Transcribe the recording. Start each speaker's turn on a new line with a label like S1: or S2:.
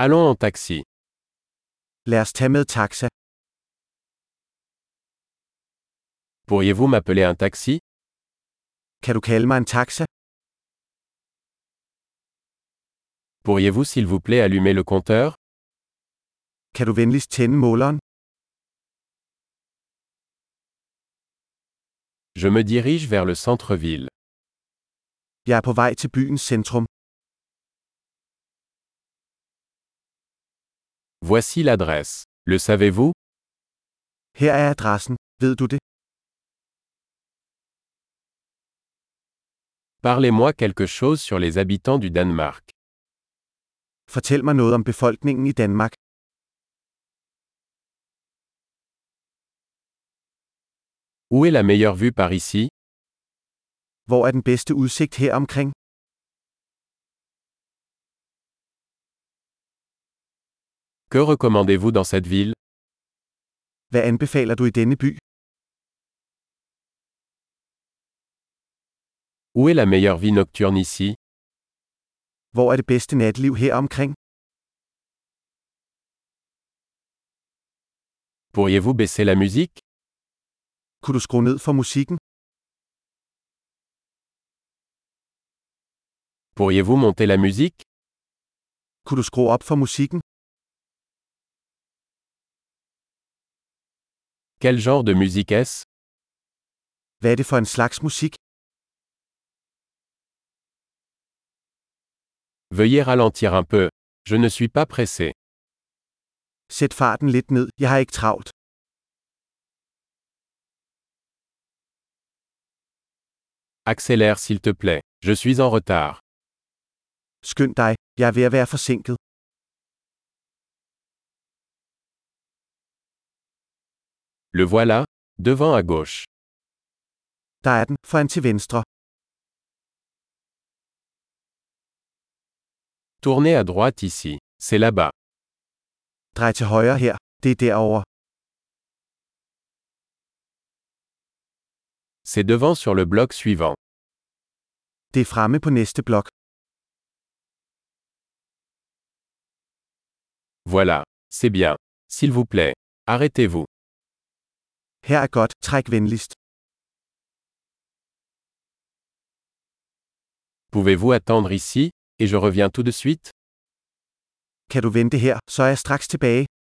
S1: Allons en taxi.
S2: Lad os tage med taxa.
S1: Pourriez-vous m'appeler un taxi
S2: Kan du kalde mig en taxa?
S1: Pourriez-vous s'il vous plaît allumer le compteur
S2: Kan du venligst tænde måleren?
S1: Je me dirige vers le centre-ville.
S2: Jeg er på vej til byens centrum.
S1: Voici l'adresse. Le savez-vous
S2: Her er adressen. Ved du det?
S1: Parlez-moi quelque chose sur les habitants du Danemark.
S2: Fortæl mig noget om befolkningen i Danmark.
S1: Où est la meilleure vue par ici
S2: Hvor er den bedste udsigt her omkring?
S1: Que recommandez-vous dans cette ville
S2: Hvad anbefaler du i denne by?
S1: Où est la meilleure vie nocturne ici
S2: Hvor er det bedste natliv her omkring?
S1: Pourriez-vous baisser la musique
S2: Kunne du skrue ned for musikken?
S1: Pourriez-vous monter la musique
S2: Kunne du skrue op for musikken?
S1: Quel genre de musique est-ce
S2: Hvad er det for en slags musik?
S1: Veuillez ralentir un peu. Je ne suis pas pressé.
S2: Sæt farten lidt ned. Jeg har ikke travlt.
S1: Accélère s'il te plaît. Je suis en retard.
S2: Skynd dig. Jeg er ved at være forsinket.
S1: Le voilà, devant à gauche.
S2: Der er den. Foran til venstre.
S1: Tournez à droite ici. C'est là-bas.
S2: Drej til højre her. Det er derovre.
S1: C'est devant sur le bloc suivant.
S2: Det er fremme på næste blok.
S1: Voilà. C'est bien. S'il vous plaît. Arrêtez-vous.
S2: Her er godt. Træk venligst.
S1: Pouvez-vous attendre ici, et je reviens tout de suite
S2: Kan du vente her, så er jeg straks tilbage.